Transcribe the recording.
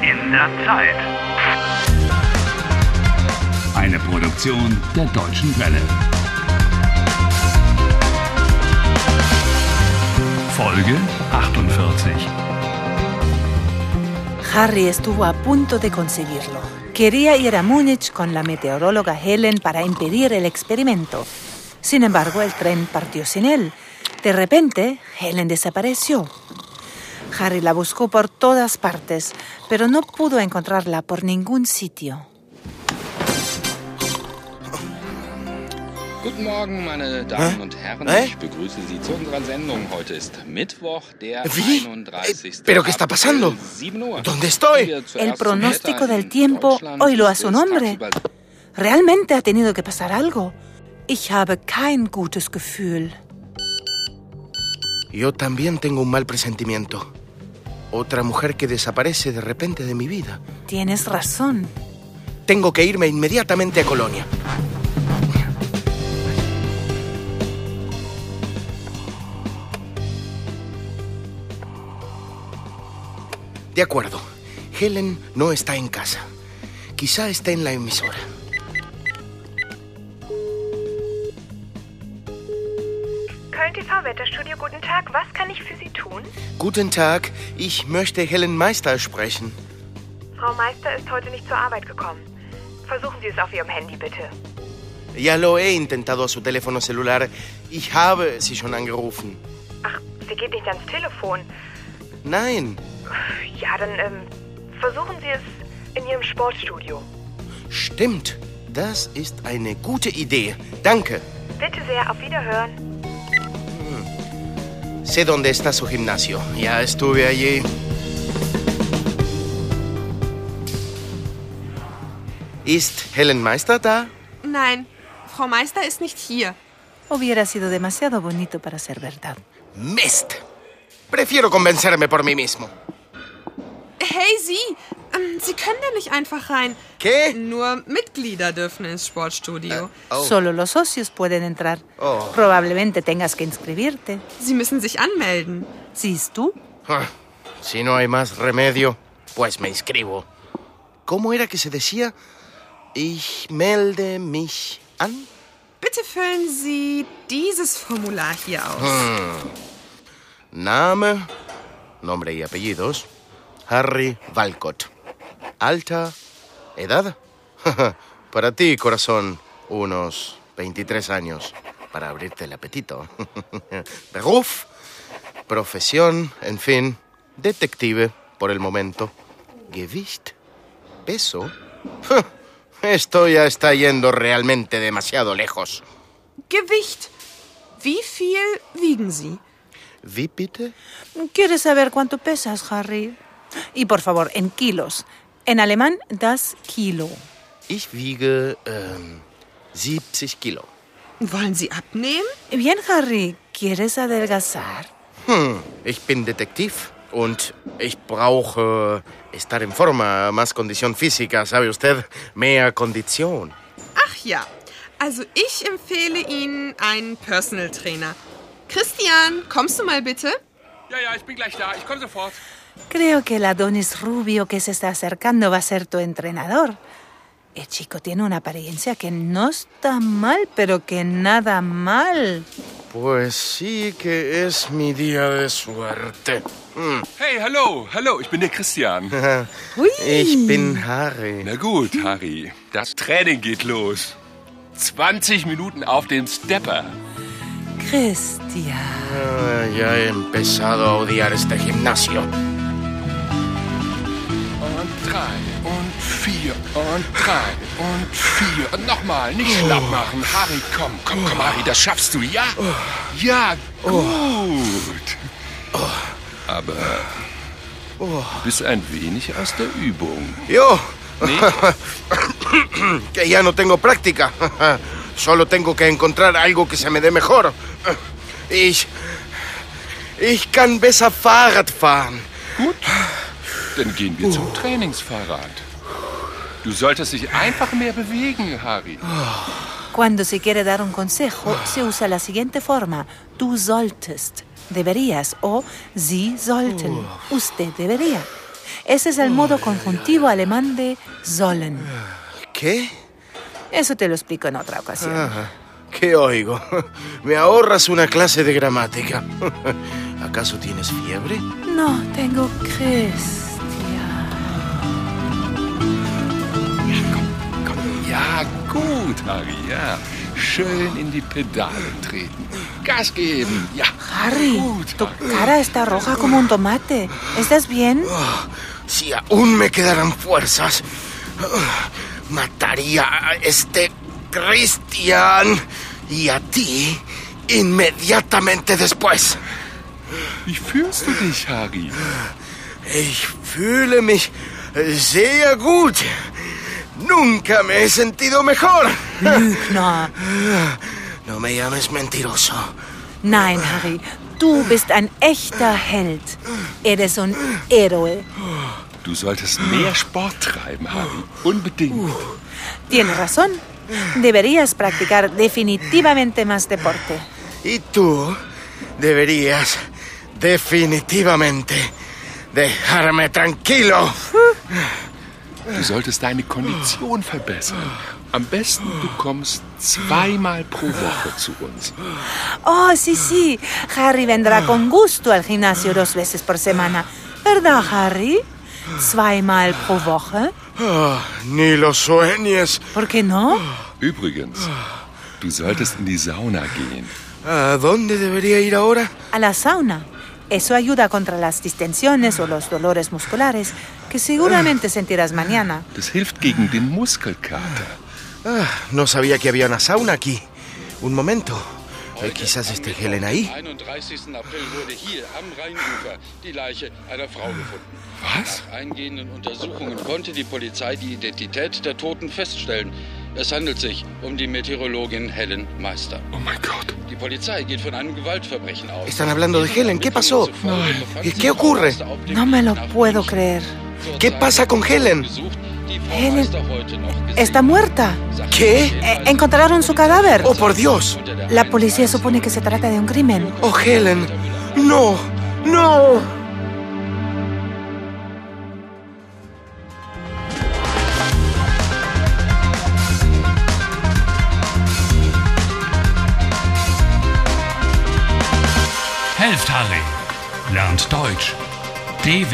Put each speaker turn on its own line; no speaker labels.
seiner Zeit.
Eine Produktion der Deutschen Welle. Folge 48.
Harry estuvo a punto de conseguirlo. Quería ir a Múnich con la meteoróloga Helen para impedir el experimento. Sin embargo, el tren partió sin él. De repente, Helen desapareció. Harry la buscó por todas partes, pero no pudo encontrarla por ningún sitio.
Guten Morgen, meine Damen und Herren. Ich begrüße Sie zu unserer Sendung. Heute ist Mittwoch, der
Wie?
31.
Eh, ¿pero qué está pasando?
April, 7 Uhr.
¿Dónde estoy?
Wir zuerst
El
zum
pronóstico
Wetter
del
in
tiempo
Deutschland.
hoy lo
Es
hace un
ist
hombre.
tagsüber
Realmente ha tenido que pasar algo. Ich habe kein gutes Gefühl.
Yo también tengo un mal presentimiento. Otra mujer que desaparece de repente de mi vida.
Tienes razón.
Tengo que irme inmediatamente a Colonia. De acuerdo. Helen no está en casa. Quizá está en la emisora.
Köln TV Wetterstudio, guten Tag. Was kann ich für Sie tun?
Guten Tag, ich möchte Helen Meister sprechen.
Frau Meister ist heute nicht zur Arbeit gekommen. Versuchen Sie es auf Ihrem Handy bitte.
Ya lo he intentado a su teléfono celular. Ich habe sie schon angerufen.
Ach, sie geht nicht ans Telefon.
Nein,
Ja, dann ähm, versuchen Sie es in Ihrem Sportstudio.
stimmt. Das ist eine gute Idee. Danke.
Bitte sehr, auf Wiederhören.
Sé dónde está su gimnasio. Ya estuve allí. Ist Helen Meister da?
Nein, Frau Meister ist nicht hier.
Hubiera sido demasiado bonito para ser verdad.
Mist. Prefiero convencerme por mí mismo.
Hey, Sie! Ähm, Sie können da nicht einfach rein.
¿Qué?
Nur Mitglieder dürfen ins Sportstudio.
Oh.
Solo los socios pueden entrar.
Oh.
Probablemente tengas que inscribirte.
Sie müssen sich anmelden.
¿Siehst tú?
Ah, Si no hay más remedio, pues me inscribo. ¿Cómo era que se decía? Ich melde mich an.
Bitte füllen Sie dieses Formular hier aus.
Name, nombre y apellidos. Harry Walcott. Alta, edad. Para ti, corazón, unos 23 años. Para abrirte el apetito. Beruf, profesión, en fin, detective por el momento. Gewicht, peso. Esto ya está yendo realmente demasiado lejos.
Gewicht. Wie viel wiegen Sie?
¿Vi, Peter?
¿Quieres saber cuánto pesas, Harry? Y por favor, en kilos. En alemán, das Kilo.
Ich wiege ähm, 70 Kilo.
Wollen Sie abnehmen?
Bien, Harry, ¿quieres adelgazar?
Hm, ich bin Detektiv und ich brauche eh, estar en forma, más condición física, ¿sabe usted? Mehr Kondition.
Ach ja. Also ich empfehle Ihnen einen Personal Trainer. Christian, kommst du mal bitte?
Ja, ja, ich bin gleich da. Ich komme sofort.
Creo que el Adonis rubio que se está acercando va a ser tu entrenador. El chico tiene una apariencia que no está mal, pero que nada mal.
Pues sí que es mi día de suerte. Hm,
Hey, hallo, hallo, ich bin der Christian.
ich bin Harry.
Na gut, Harry, das Training geht los. 20 Minuten auf dem Stepper.
Cristian.
Ah, ya he empezado a odiar este gimnasio.
Und drei und vier und drei und vier. Und nochmal, nicht schlapp machen. Harry, komm, komm, komm, Harry, das schaffst du, ja? Ja, gut. Aber du bist ein wenig aus der Übung.
Yo,
Nee?
que ya no tengo práctica. Solo tengo que encontrar algo que se me dé mejor. Ich, ich kann besser Fahrrad fahren.
Gut, dann gehen wir zum Trainingsfahrrad. Du solltest dich einfach mehr bewegen, Harry.
Cuando se quiere dar un consejo, se usa la siguiente forma. Tú solltest, deberías o sie sollten. Usted debería. Ese es el modo conjuntivo alemán de sollen.
¿Qué?
Eso te lo explico en otra ocasión.
¿Qué oigo? Me ahorras una clase de gramática. ¿Acaso tienes fiebre?
No, tengo Christian.
Ja, gut, Harry, ja. Schön in die Pedale treten. Gas geben, ja.
Harry,
Gut,
tu
Harry.
cara está roja como un tomate. ¿Estás bien?
Ah, Si aún me quedaran fuerzas, mataría a este Christian y a ti inmediatamente después.
Wie fühlst du dich, Harry?
Ich fühle mich sehr gut. Nunca me he sentido mejor.
Na,
No me llames mentiroso.
nein, Harry. Du bist ein echter Held. Eres un héroe.
Du solltest mehr Sport treiben, Harry. Unbedingt.
Tienes razón. Deberías practicar definitivamente más deporte.
Y tú deberías definitivamente dejarme tranquilo.
Du solltest deine Kondition verbessern. Am besten, du kommst zweimal pro Woche zu uns.
Oh, sí, sí. Harry vendrá con gusto al gimnasio dos veces por semana. ¿Verdad, Harry? Zweimal pro Woche.
Ah, ni lo sueñes.
¿Por qué no?
Übrigens, du solltest in die Sauna gehen.
¿A dónde debería ir ahora?
A la sauna. Eso ayuda contra las distensiones o los dolores musculares que seguramente sentirás mañana.
Das hilft gegen den Muskelkater.
Ah, no sabía que había una sauna aquí. Un momento. Eh, quizás esté Helen ahí.
Am 31. April wurde hier am Rheinufer die Leiche einer Frau gefunden.
Was?
Nach eingehenden Untersuchungen konnte die Polizei die Identität der Toten feststellen. Es handelt sich um die Meteorologin Helen Meister.
Oh mein Gott.
Die Polizei geht von einem Gewaltverbrechen aus.
Están hablando de Helen. ¿Qué pasó? ¿Qué ocurre?
No me lo puedo creer.
¿Qué pasa con Helen?
Helen Está muerta.
¿Qué?
Eh, encontraron su cadáver.
¡Oh, por Dios!
La policía supone que se trata de un crimen.
¡Oh, Helen! ¡No! ¡No!
Helft Harry. Lernt Deutsch. dw.com/harry.